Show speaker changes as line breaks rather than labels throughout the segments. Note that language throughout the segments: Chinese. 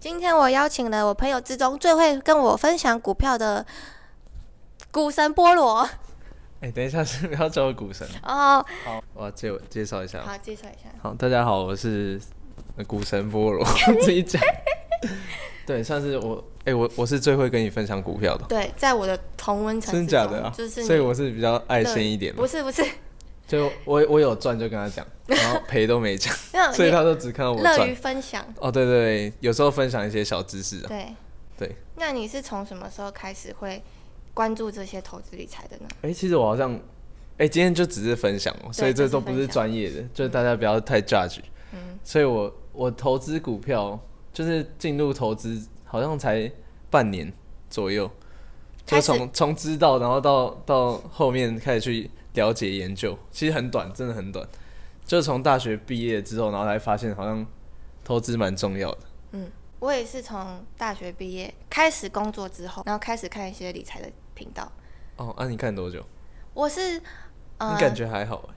今天我邀请了我朋友之中最会跟我分享股票的股神菠萝
哎、等一下， 是不要叫我股神。
哦，
好，我要介介绍一下。
好，介绍一下。
好，大家好，我是呃股神菠萝， 自己 讲。对，上次我，哎、我我是最会跟你分享股票的，
对，在我的同温层
真
之
假
中
的啊？
就是
所以
你
我是比较爱
对
心一点的
不，是不是，
就我我有赚就 跟他讲，然后赔都没讲，
那
所以
你
他都只看到我
乐于
赚。
分享，
哦，对对对，有时候分享一些小知识啊。
对
对。
那你是从什么时候开始会关注这些投资理财的呢？
哎、其实我好像，哎、今天就只是分享哦，所以
对
这
就是
都不
分
是
享
专业的，就是大家不要太 judge。
嗯
所以我我投资股票，就是进入投资好像才半年左右，
开
就
始
从从知道，然后到到后面开始去了解研究，其实很短，真的很短。就从大学毕业之后，然后才发现好像投资蛮重要的。
嗯，我也是从大学毕业开始工作之后，然后开始看一些理财的频道。
哦，啊，你看多久？
我是呃
你，感觉还好、欸，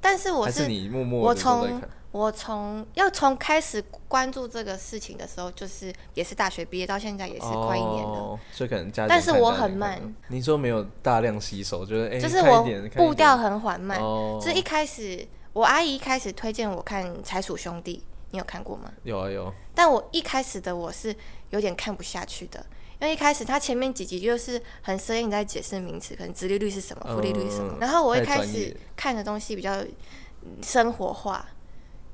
但是我
还是
是
你默默
我
的都在
从
看？
我从要从开始关注这个事情的时候，就是也是大学毕业到现在也是快一年了。
哦，所以可能家。
但是我很慢。
你说没有大量吸收，就是哎，
就是
看一
我
点看一
步调
点
很缓慢。
哦，
就是一开始我阿姨一开始推荐我看《财鼠兄弟》，你有看过吗？
有啊有，
但我一开始的我是有点看不下去的，因为一开始他前面几集就是很生硬在解释名词，可能殖利率是什么，
嗯
复利率是什么。然后我一
太
开
专业
始
了
看的东西比较嗯生活化，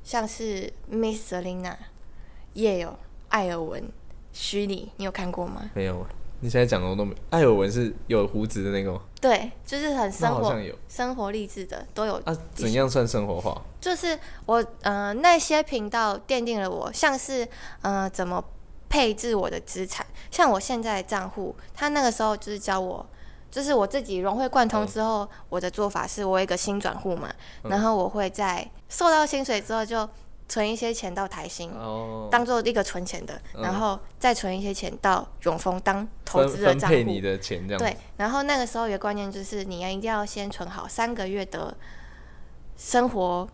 像是 Miss Selina、也有艾尔文、虚拟，你有看过吗？
没有。啊你现在讲的我都没。艾尔文是有胡子的那个吗？
对，就是很生
那好
活
像有。
生活励志的都有
啊，怎样算生活化？
就是我呃那些频道奠定了我，像是呃怎么配置我的资产，像我现在的账户，他那个时候就是教我，就是我自己融会贯通
嗯
之后，我的做法是我有一个新转户嘛，
嗯
然后我会在收到薪水之后就存一些钱到台新。
哦，
当做一个存钱的，
嗯
然后再存一些钱到永丰当投
分
资的
分
账
配你
户。
的钱这样。
对，，然后那个时候有个观念就是，你要一定要先存好三个月的生活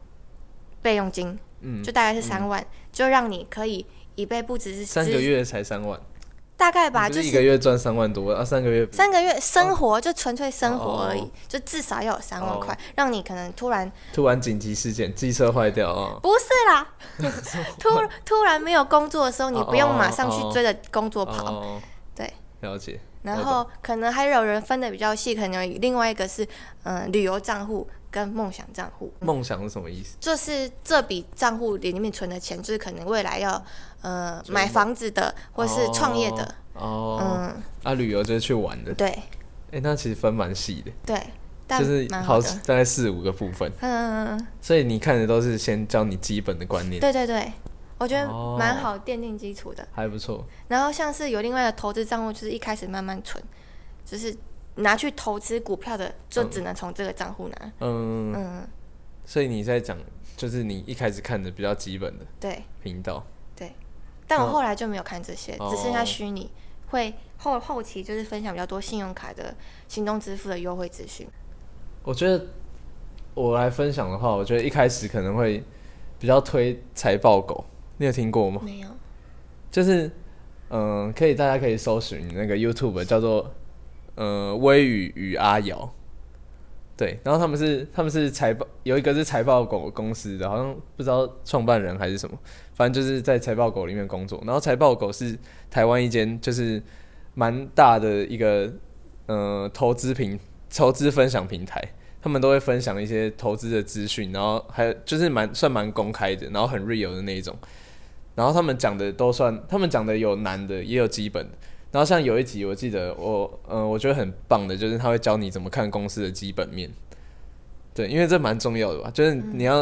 备用金，
嗯
就，大概是三万，就让你可以以备不只是
三个
只，
月才三万，
大概吧，
你
啊就
不是一个
是
月赚三万多啊，三个月
三个月生活、就纯粹生活而已，
哦
就至少要有三万
哦
块，让你可能突然
突然紧急事件，机车坏掉啊，
不是 啦，突突然没有工作的时候，你不用马上去追着工作跑，
哦，
对。
了解。
然
我
后可能还有人分的比较细，可能有另外一个是嗯、呃旅游账户跟梦想账户，
梦想是什么意思？
就是这笔账户里面存的钱，就是可能未来要呃
就
买房子的，或是创业的，
哦。
嗯，
啊，旅游就是去玩的。
对
哎，那其实分蛮细的，
对，但
就是
蛮
好
好的，
大概四五个部分。
嗯，
所以你看的都是先教你基本的观念，
对对对，我觉得
哦
蛮好奠定基础的。
还不错。
然后像是有另外的投资账户，就是一开始慢慢存，就是拿去投资股票的，就
嗯
只能从这个账户拿，
嗯，
嗯，
所以你在讲就是你一开始看的比较基本的
对。
频道，
但我
嗯
后来就没有看这些，
哦
只剩下虚拟。会后后期就是分享比较多信用卡的行动支付的优惠资讯。
我觉得我来分享的话，我觉得一开始可能会比较推财报狗，你有听过吗？
没有，
就是嗯、可以大家可以搜寻那个 YouTube 叫做呃微雨与阿瑶，对，然后他们是他们是财报有一个是财报狗公司的，好像不知道创办人还是什么，反正就是在财报狗里面工作。然后财报狗是台湾一间就是蛮大的一个呃投资平投资分享平台。他们都会分享一些投资的资讯，然后还有就是蛮算蛮公开的，然后很 real 的那一种。然后他们讲的都算，他们讲的有难的，也有基本的。然后像有一集我记得我，嗯、我觉得很棒的，就是他会教你怎么看公司的基本面。对，因为这蛮重要的吧，就是你要，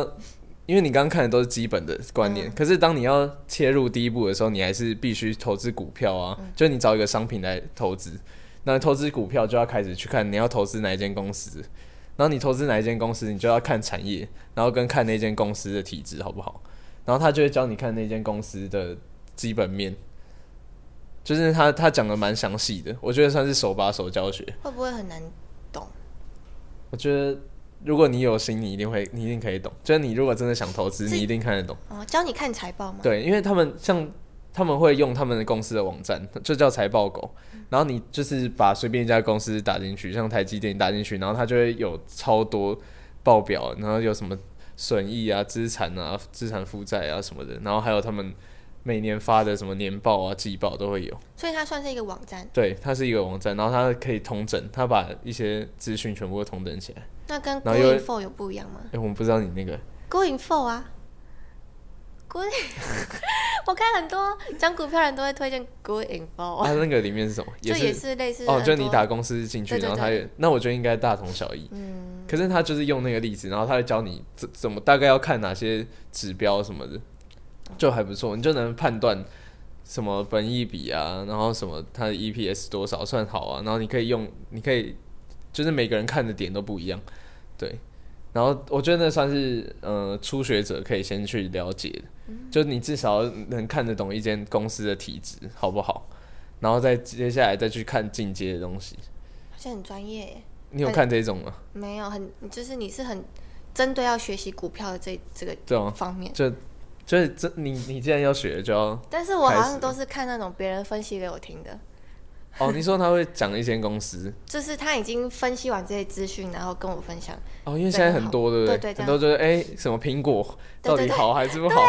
因为你刚刚看的都是基本的观念，可是当你要切入第一步的时候，你还是必须投资股票啊，就是你找一个商品来投资。那投资股票就要开始去看你要投资哪一间公司，然后你投资哪一间公司，你就要看产业，然后跟看那间公司的体制好不好。然后他就会教你看那间公司的基本面，就是他他讲的蛮详细的，我觉得算是手把手教学。
会不会很难懂？
我觉得如果你有心，你一定会，你一定可以懂。就是你如果真的想投资，
是
你一定看得懂。
哦，教你看财报吗？
对，因为他们像他们会用他们的公司的网站，就叫财报狗。然后你就是把随便一家公司打进去，像台积电打进去，然后它就会有超多报表，然后有什么损益啊、资产啊、资产负债啊什么的，然后还有他们每年发的什么年报啊、季报都会有。
所以它算是一个网站。
对，它是一个网站，然后它可以通整，它把一些资讯全部都通整起来。
那跟 g
然
o
后
i
又
n f o 有不一样吗
哎、我们不知道你那个
g o i n f o 啊 g o i 我看很多讲股票的人都会推荐 g o i n f o
它那个里面是什么？
就也
啊是
是类似
哦，
很
就你
多
打公司进去，
对对
然后他
对
也，那我觉得应该大同小异。嗯。可是他就是用那个例子，然后他会教你怎怎么大概要看哪些指标什么的，就还不错，你就能判断什么本益比啊，然后什么它的 EPS 多少算好啊，然后你可以用，你可以就是每个人看的点都不一样，对。然后我觉得那算是呃初学者可以先去了解的，
嗯
就你至少能看得懂一间公司的体质好不好，然后再接下来再去看进阶的东西。
好像很专业耶。
你有看这种吗？
没有很，就是你是很针对要学习股票的这这个
对吗？
方面。
就就是这你你既然要学，就要
但是我好
开
像
始
都是看那种别人分析给我听的，
哦，你说他会讲一间公司
就是他已经分析完这些资讯，然后跟我分享。
哦，因为现在很多对不
对对对
很多就是哎、什么苹果
对
到
对
底好还是不好？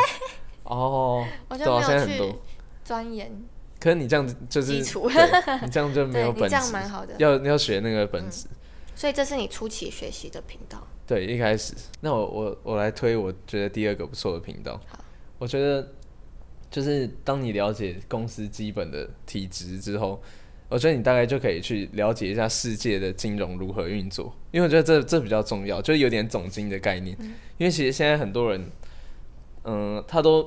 哦，
我就
对啊，
没
现在
有
很多
去。钻研
可是你这样子就是
基础
对你这样就没有
对你
本
这样
质，
蛮好的
要要学那个本质。
所以这是你初期学习的频道。
对，一开始，那我我我来推，我觉得第二个不错的频道
好。
我觉得就是当你了解公司基本的体质之后，我觉得你大概就可以去了解一下世界的金融如何运作，因为我觉得这这比较重要，就是有点总经的概念。因为其实现在很多人，嗯、他都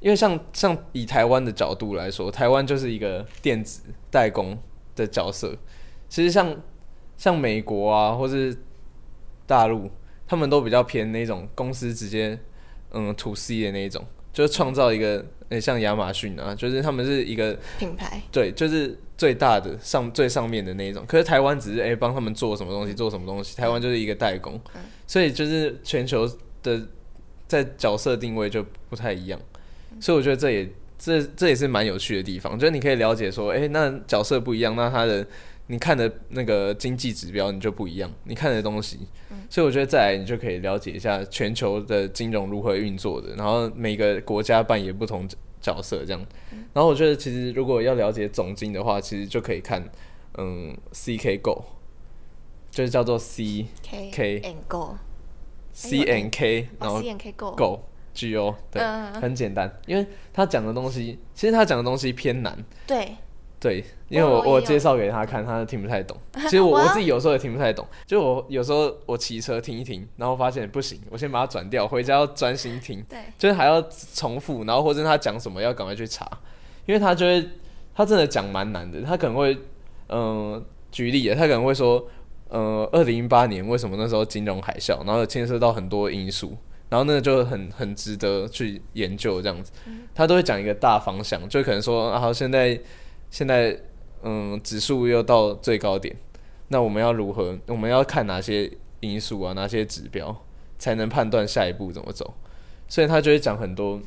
因为像像以台湾的角度来说，台湾就是一个电子代工的角色。其实像像美国啊，或是大陆，他们都比较偏那种公司直接嗯 to C 的那一种，就是创造一个呃、像亚马逊啊，就是他们是一个
品牌
对，就是最大的上最上面的那一种。可是台湾只是哎帮、他们做什么东西做什么东西，台湾就是一个代工，所以就是全球的在角色定位就不太一样。所以我觉得这也这这也是蛮有趣的地方，就是你可以了解说，哎、那角色不一样，那他的你看的那个经济指标你就不一样，你看的东西。所以我觉得再来你就可以了解一下全球的金融如何运作的，然后每个国家扮演不同角角色这样。然后我觉得其实如果要了解总经的话，其实就可以看嗯 CK Go，就是叫做
哎
C
K
K
and Go，
C N K，然
哦
后
，C and K Go，
Go G O 对，
嗯
很简单，因为他讲的东西其实他讲的东西偏难，
对，
对，因为
我
我
我也有
我介绍给他看，他都听不太懂。其实我
哦 我要
我自己有时候也听不太懂，就我有时候我骑车听一听，然后发现不行，我先把它转掉，回家要专心听，
对，
就是还要重复，然后或者他讲什么要赶快去查，因为他就会他真的讲蛮难的，他可能会嗯、呃举例啊，他可能会说呃二零零八年为什么那时候金融海啸，然后有牵涉到很多因素。然后那个就很很值得去研究这样子，他都会讲一个大方向，就可能说，啊，现在现在嗯指数又到最高点，那我们要如何？我们要看哪些因素啊，哪些指标才能判断下一步怎么走？所以他就会讲很多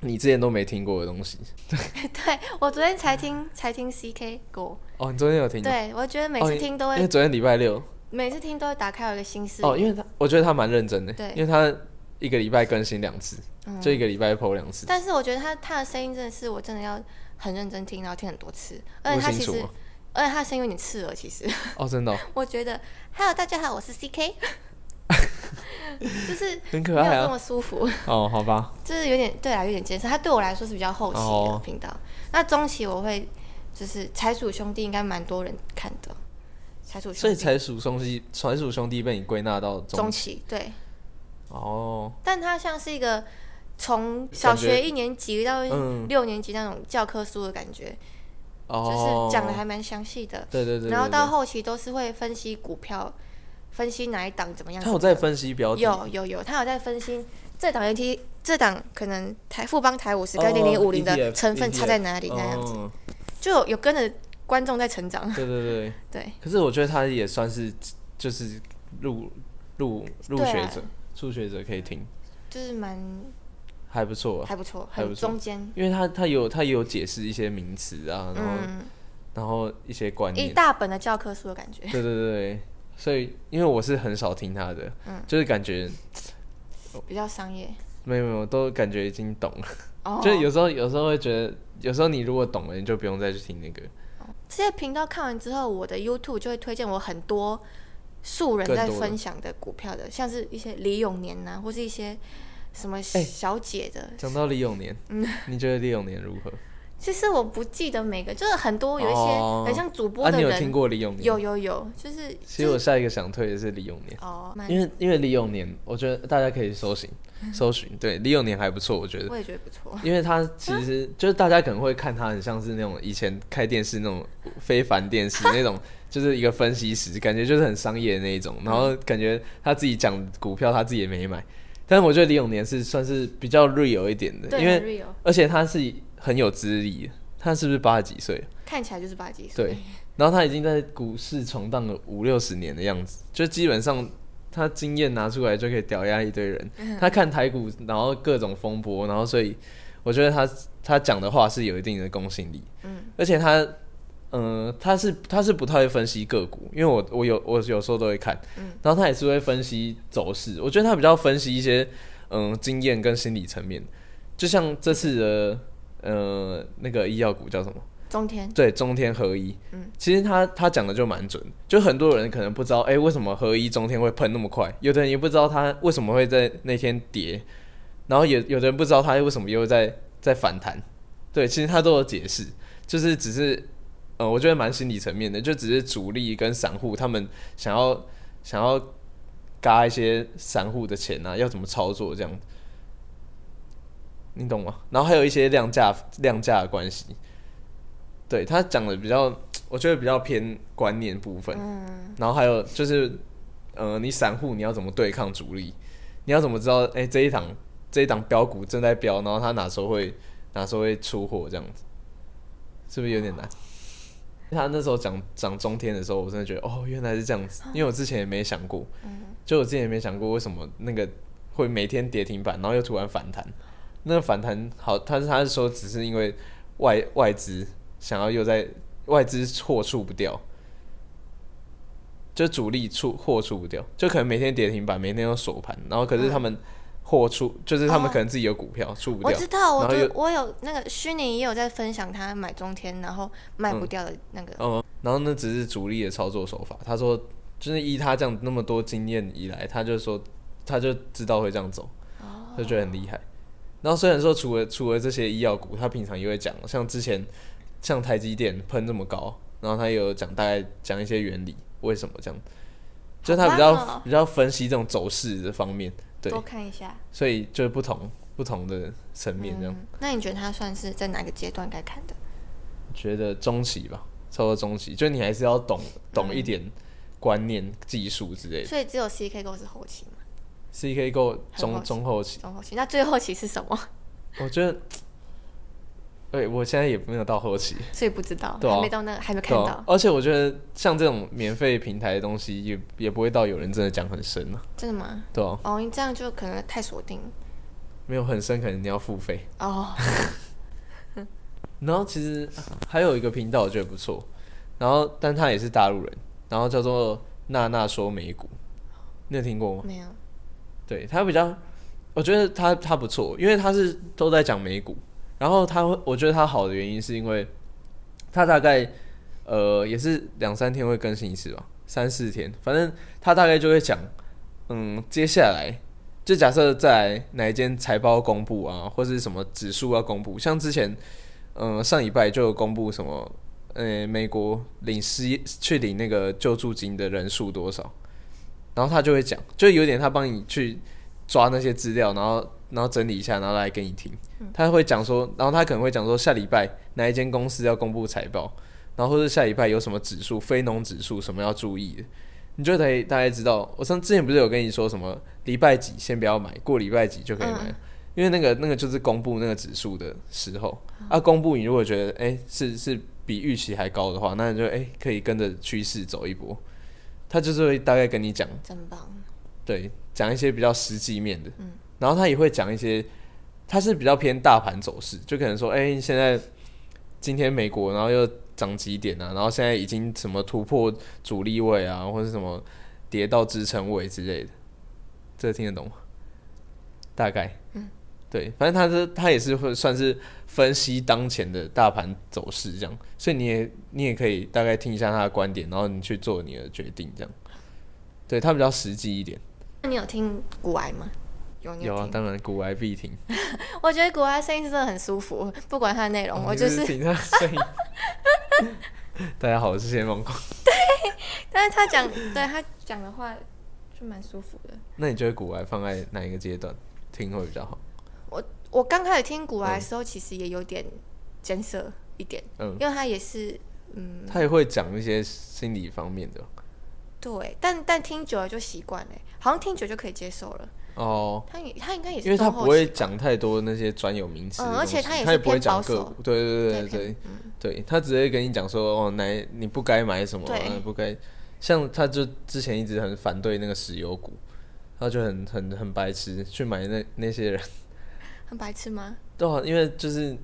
你之前都没听过的东西。
对我昨天才听才听 C K Go，
哦，你昨天有听？
对我觉得每
哦
次
你
听都
因为
会，
昨天礼拜六
每次听都会打开我一个新思
哦，
路。
因为他我觉得他蛮认真的，
对嗯
因为他一个礼拜更新两次，就一个礼拜 PO 两次。
但是我觉得他他的声音真的是我真的要很认真听，然后听很多次，而且
不
他
清
其
楚
实
吗，
而且他的声音有点刺耳，其实
哦，真的哦、
我觉得。Hello，大家好，我是 CK，就是
很可
没有
爱
这
啊。
么舒服，
哦，好吧，
就是有点对啊，有点尖涩。他对我来说是比较后期的
哦
频道，那中期我会就是财主兄弟应该蛮多人看的，财主
所
兄
以
弟
才属兄弟，才属兄弟被你归纳到中
中期对，
哦，
但它像是一个从小
感觉
学一年级到
嗯
六年级那种教科书的感觉，
哦，
就是讲的还蛮详细的。
对对对对
然后
对
到后期都是会分析股票，分析哪一档怎么样。
他有在分析标题，
有有有，他有在分析这档 AT 这档可能台富邦台五十跟
哦
零零五零的
ETF
成分差在哪里那样子，
E 哦
就有有跟着观众在成长。
对对对，
对，
可是我觉得他也算是就是入入入
对啊
学者，初学者可以听，
就是蛮
还不错、啊，
还不错，
还不
很
错
中间。
因为他他有他也有解释一些名词啊，然后、
嗯，
然后一些观
一
念，
大本的教科书的感觉。
对对对对，所以因为我是很少听他的，
嗯
就是感觉哦
比较商业
没有没有都感觉已经懂了，
哦。
就是有时候有时候会觉得，有时候你如果懂了，你就不用再去听那个，
这些频道看完之后，我的 YouTube 就会推荐我很多素人在
更多的
分享的股票的，像是一些李永年呐、或是一些什么小
哎
姐的。
讲到李永年，
嗯
你觉得李永年如何？
其实我不记得每个，就是很多有一
哦
些很像主播
啊，
的
你有
人，
听过李永年？
有。有有就是
其实我下一个想推的是李永年，
哦，蛮
因为因为李永年，我觉得大家可以搜寻搜寻，对李永年还不错，我觉
嗯
得。
我啊也觉得不错。
因为他其实就是大家可能会看他很像是那种以前开电视那种非凡电视那 种，就是一个分析师，感觉就是很商业的那一种。
嗯
然后感觉他自己讲股票，他自己也没买。但是我觉得李永年是算是比较 real 一点的，
对，
因
很
为
real，
而且他是很有资历的，他是不是八十几岁？
看起来就是八十几岁。
对，然后他已经在股市闯荡了五六十年的样子，就基本上他经验拿出来就可以屌压一堆人。他看台股，然后各种风波，然后所以我觉得他他讲的话是有一定的公信力。嗯，而且他。嗯，他是他是不太会分析个股，因为我我有我有时候都会看，然后他也是会分析走势。我觉得他比较分析一些嗯经验跟心理层面，就像这次的呃那个医药股叫什么？
中天
对，中天合一，其实他他讲的就蛮准，就很多人可能不知道，哎、为什么合一中天会喷那么快？有的人也不知道他为什么会在那天跌，然后也有的人不知道他为什么又在在反弹，对，其实他都有解释，就是只是，呃，我觉得蛮心理层面的，就只是主力跟散户他们想要想要嘎一些散户的钱啊，要怎么操作这样，你懂吗？然后还有一些量价量价的关系，对他讲的比较，我觉得比较偏观念部分。然后还有就是，呃，你散户你要怎么对抗主力？你要怎么知道？哎、这一档这一档标股正在飙，然后它哪时候会哪时候会出货这样子，是不是有点难？他那时候讲讲中天的时候，我真的觉得哦，原来是这样子，因为我之前也没想过，就我之前也没想过为什么那个会每天跌停板，然后又突然反弹。那个反弹好，他是他是说只是因为外外资想要又在外资错出不掉，就主力出货出不掉，就可能每天跌停板，每天都锁盘，然后可是他们货出，就是他们
哦
可能自己有股票出不
我
掉
知，道，我
然后
就
又
我有那个虚拟也有在分享他买中天，然后卖不掉的那个，
嗯，然后那只是主力的操作手法。他说，就是依他这样那么多经验以来，他就说，他就知道会这样走，就觉得很厉害。然后虽然说除了除了这些医药股，他平常也会讲，像之前像台积电喷这么高，然后他也有讲大概讲一些原理，为什么这样，就是他比较、
好棒哦
比较分析这种走势的方面，对
多，看一下。
所以就是不同不同的层面这样，
嗯，那你觉得他算是在哪个阶段该看的？
觉得中期吧，差不多中期，就你还是要懂懂一点观念、技术之类的。
所以只有 CK 狗是后期嘛，
C K Go
很后期
中中后期，
中后期。那最后期是什么？
我觉得，对我现在也没有到后期，
所以不知道，
对啊
还没到那个，还没看
对啊
到，
而且我觉得像这种免费平台的东西也，也不会到有人真的讲很深啊，
真的吗？
对啊，
哦，你这样就可能太锁定
没有很深，可能你要付费。
哦。
然后其实还有一个频道我觉得不错，然后但他也是大陆人，然后叫做娜娜说美股，你有听过吗？
没有，
对他比较，我觉得他他不错，因为他是都在讲美股，然后他会，我觉得他好的原因是因为他大概呃也是两三天会更新一次吧，三四天，反正他大概就会讲，嗯，接下来就假设在哪一间财报公布啊，或是什么指数要公布，像之前嗯、呃上礼拜就有公布什么。呃，美国领失业去领那个救助金的人数多少？然后他就会讲，就有点他帮你去抓那些资料，然后然后整理一下，然后来给你听。他会讲说，然后他可能会讲说，下礼拜哪一间公司要公布财报，然后或者下礼拜有什么指数、非农指数什么要注意的，你就得大概知道。我上之前不是有跟你说什么礼拜几先不要买，过礼拜几就可以买，因为那个那个就是公布那个指数的时候，啊，公布你如果觉得哎、是是比预期还高的话，那你就哎、可以跟着趋势走一波。他就是会大概跟你讲
真棒。
对，讲一些比较实际面的，然后他也会讲一些它是比较偏大盘走势，就可能说，哎、现在今天美国然后又涨几点啊，然后现在已经什么突破主力位啊，或者什么跌到支撑位之类的，这个听得懂吗？大概，嗯，对，反正它是它也是会算是分析当前的大盘走势这样，所以你也你也可以大概听一下他的观点，然后你去做你的决定这样，对，它比较实际一点。
那你有听古癌吗？有你
有啊，
听？
当然古癌必听。
我觉得古癌声音是真的很舒服，不管它的内容，我就
哦你
是，
听他的啊声音。大家好，我是谢梦光。
但是他讲，对他讲的话就蛮舒服的。
那你觉得古癌放在哪一个阶段听会比较好？
我我刚开始听古癌的时候，其实也有点艰涩一点，
嗯，
因为他也是，嗯，
他也会讲一些心理方面的
对，但但听久了就习惯了，好像听久就可以接受了。
哦，
他也他应该也是
因为他
中后
不会
期
讲太多那些专有名词的
嗯
东西，
而且他也是
他也不会
偏保
讲
守
个股，对对对对
对
对，对他只会跟你讲说哦，哪你不该买什么
对，
呃不该，像他就之前一直很反对那个石油股，他就很很很白痴去买那那些人。
很白痴吗？
对啊，因为就是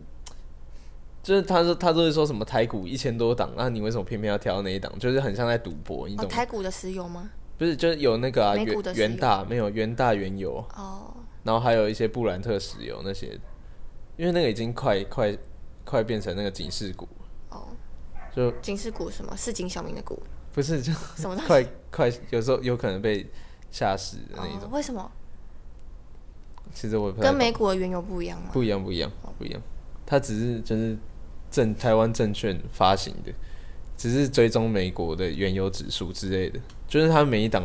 就是他说他都会说什么台股一千多档，那、你为什么偏偏要挑那一档？就是很像在赌博，你
哦，
懂吗？
台股的石油吗？
不是，就是有那个啊，
美股
元
的石油
元大没有元大原油，
哦，
然后还有一些布兰特石油那些，因为那个已经快快快变成那个警示股，
哦，
就
警示股什么？市井小民的 股
不是就
什么东西？
快快有时候有可能被吓死的那一
哦
种。，
为什么
其实我也不太
跟
懂
美股的原油不一样吗？
不一样，不一样，不一样。它只是就是证台湾证券发行的，只是追踪美国的原油指数之类的，就是它每一档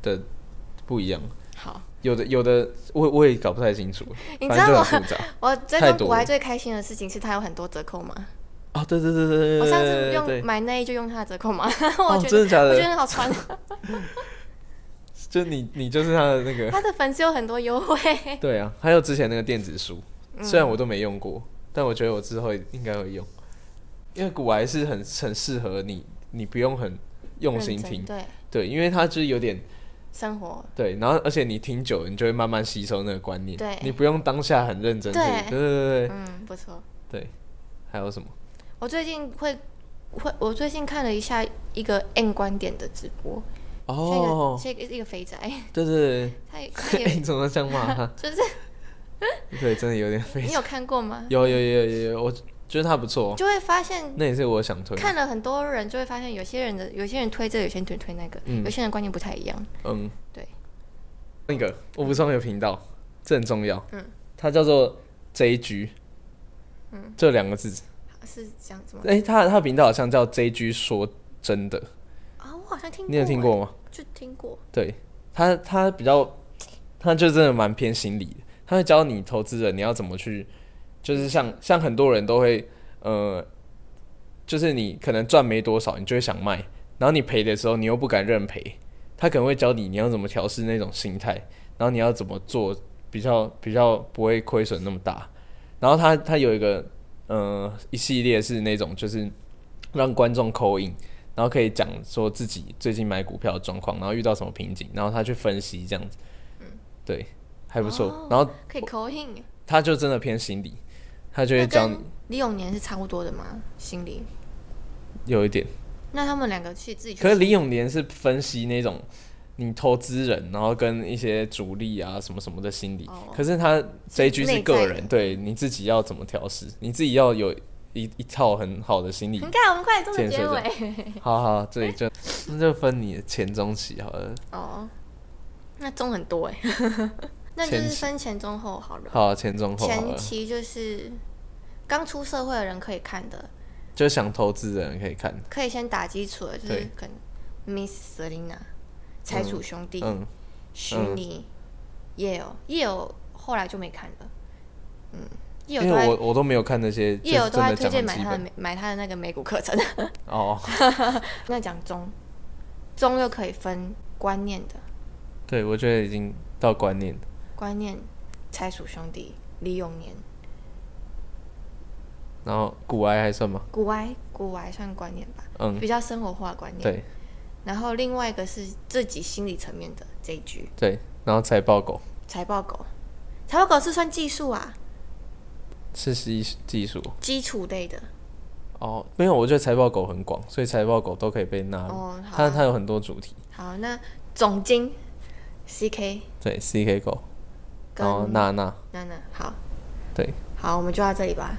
的不一样。
好，
有的有的，我我也搞不太清楚，
你
反
知
正就
道
很复杂。
我 追
太
踪
多
股
了
癌最开心的事情是它有很多折扣码。
哦，对对对对对
我
对
上次
对对
用
对，
买内衣就用它的折扣码， 我
哦，
觉得、
真的假
我觉得
的？
很好穿。
就你你就是它的那 个，
它的粉丝有很多优 惠，
对啊，还有之前那个电子书，
嗯
虽然我都没用过，但我觉得我之后应该会用，因为古癌是很很适合你，你不用很用心
认真
听，
对
对，因为它就是有点
生活
对，然后而且你听久了，你就会慢慢吸收那个观念，
对
你不用当下很认真去，
对
对对对对
嗯不错。
对，还有什么？
我最近会会，我最近看了一下一个 N 观点的直播，
哦，
是一个是一个是一个肥宅，
对对
他也他
对，哎、
也
你怎么这样 骂他？
就是
对，真的有点费
你。有看过吗？
有有有有有，我觉得他不错，哦
就会发现
那也是我想推。
看了很多人，就会发现有些人的有些人推这，有些人推推那个，
嗯
有些人观念不太一样。
嗯，
对。
那个我补充一个频道，这很重要。
嗯，
它叫做 JG。嗯，这两个字。
是这样子吗？
哎、他他的频道好像叫 JG 说真的，
啊，我好像听过，
你有听过吗？
欸？就听过，
对他，他比较，他就真的蛮偏心理的。他会教你投资人你要怎么去，就是像像很多人都会，呃，就是你可能赚没多少，你就会想卖，然后你赔的时候你又不敢认赔，他可能会教你你要怎么调试那种心态，然后你要怎么做比较比较不会亏损那么大。然后他他有一个呃一系列是那种就是让观众扣印，然后可以讲说自己最近买股票的状况，然后遇到什么瓶颈，然后他去分析这样子，对，还不错。
哦
然后
可以 call in。
他就真的偏心理，他就会
那
教你
跟李永年是差不多的吗？心理？
有一点。
那他们两个去自己去
可是李永年是分析那种你投资人，然后跟一些主力啊什么什么的心理。
哦
可是他这一句
内
是
在
个
的
人，对你自己要怎么调试，你自己要有一一套很好的心 理
你。看，我们快点做个
建设
结
这
尾
好好，这里就 那就分你的前中期好了。
哦。那中很多哎、 那就
前
是
期
分前中后好了。
好，前中后好
前
了，
期就是刚出社会的人可以看的，
就想投资的人可以看。
可以先打基础的，就是
对
可能 Miss Selina、财主兄弟、
嗯，
虚拟、也有也有，后来就没看了。嗯，也有
因
都
为
在
我我都没有看那些，就
也有
是
都
真
在
的
推
讲
荐
很
买
基
他的
本
美买他的那个美股课程。
哦。
那讲中，中又可以分观念的，
对，我觉得已经到观念了。
观念财主兄弟李永年，
然后股癌还算吗？
古埃古埃算观念吧，
嗯，
比较生活化的观念。
对
然后另外一个是自己心理层面的这一局
对。然后财报狗，
财报狗，财报狗是算技术啊，
是技技术
基础类的。
哦，没有，我觉得财报狗很广，所以财报狗都可以被纳入。
哦，好
它
啊、
它有很多主题，
好，那总经 CK
对 CK 狗，
跟
然后娜娜，
娜娜，好，
哦对，
好，我们就到这里吧。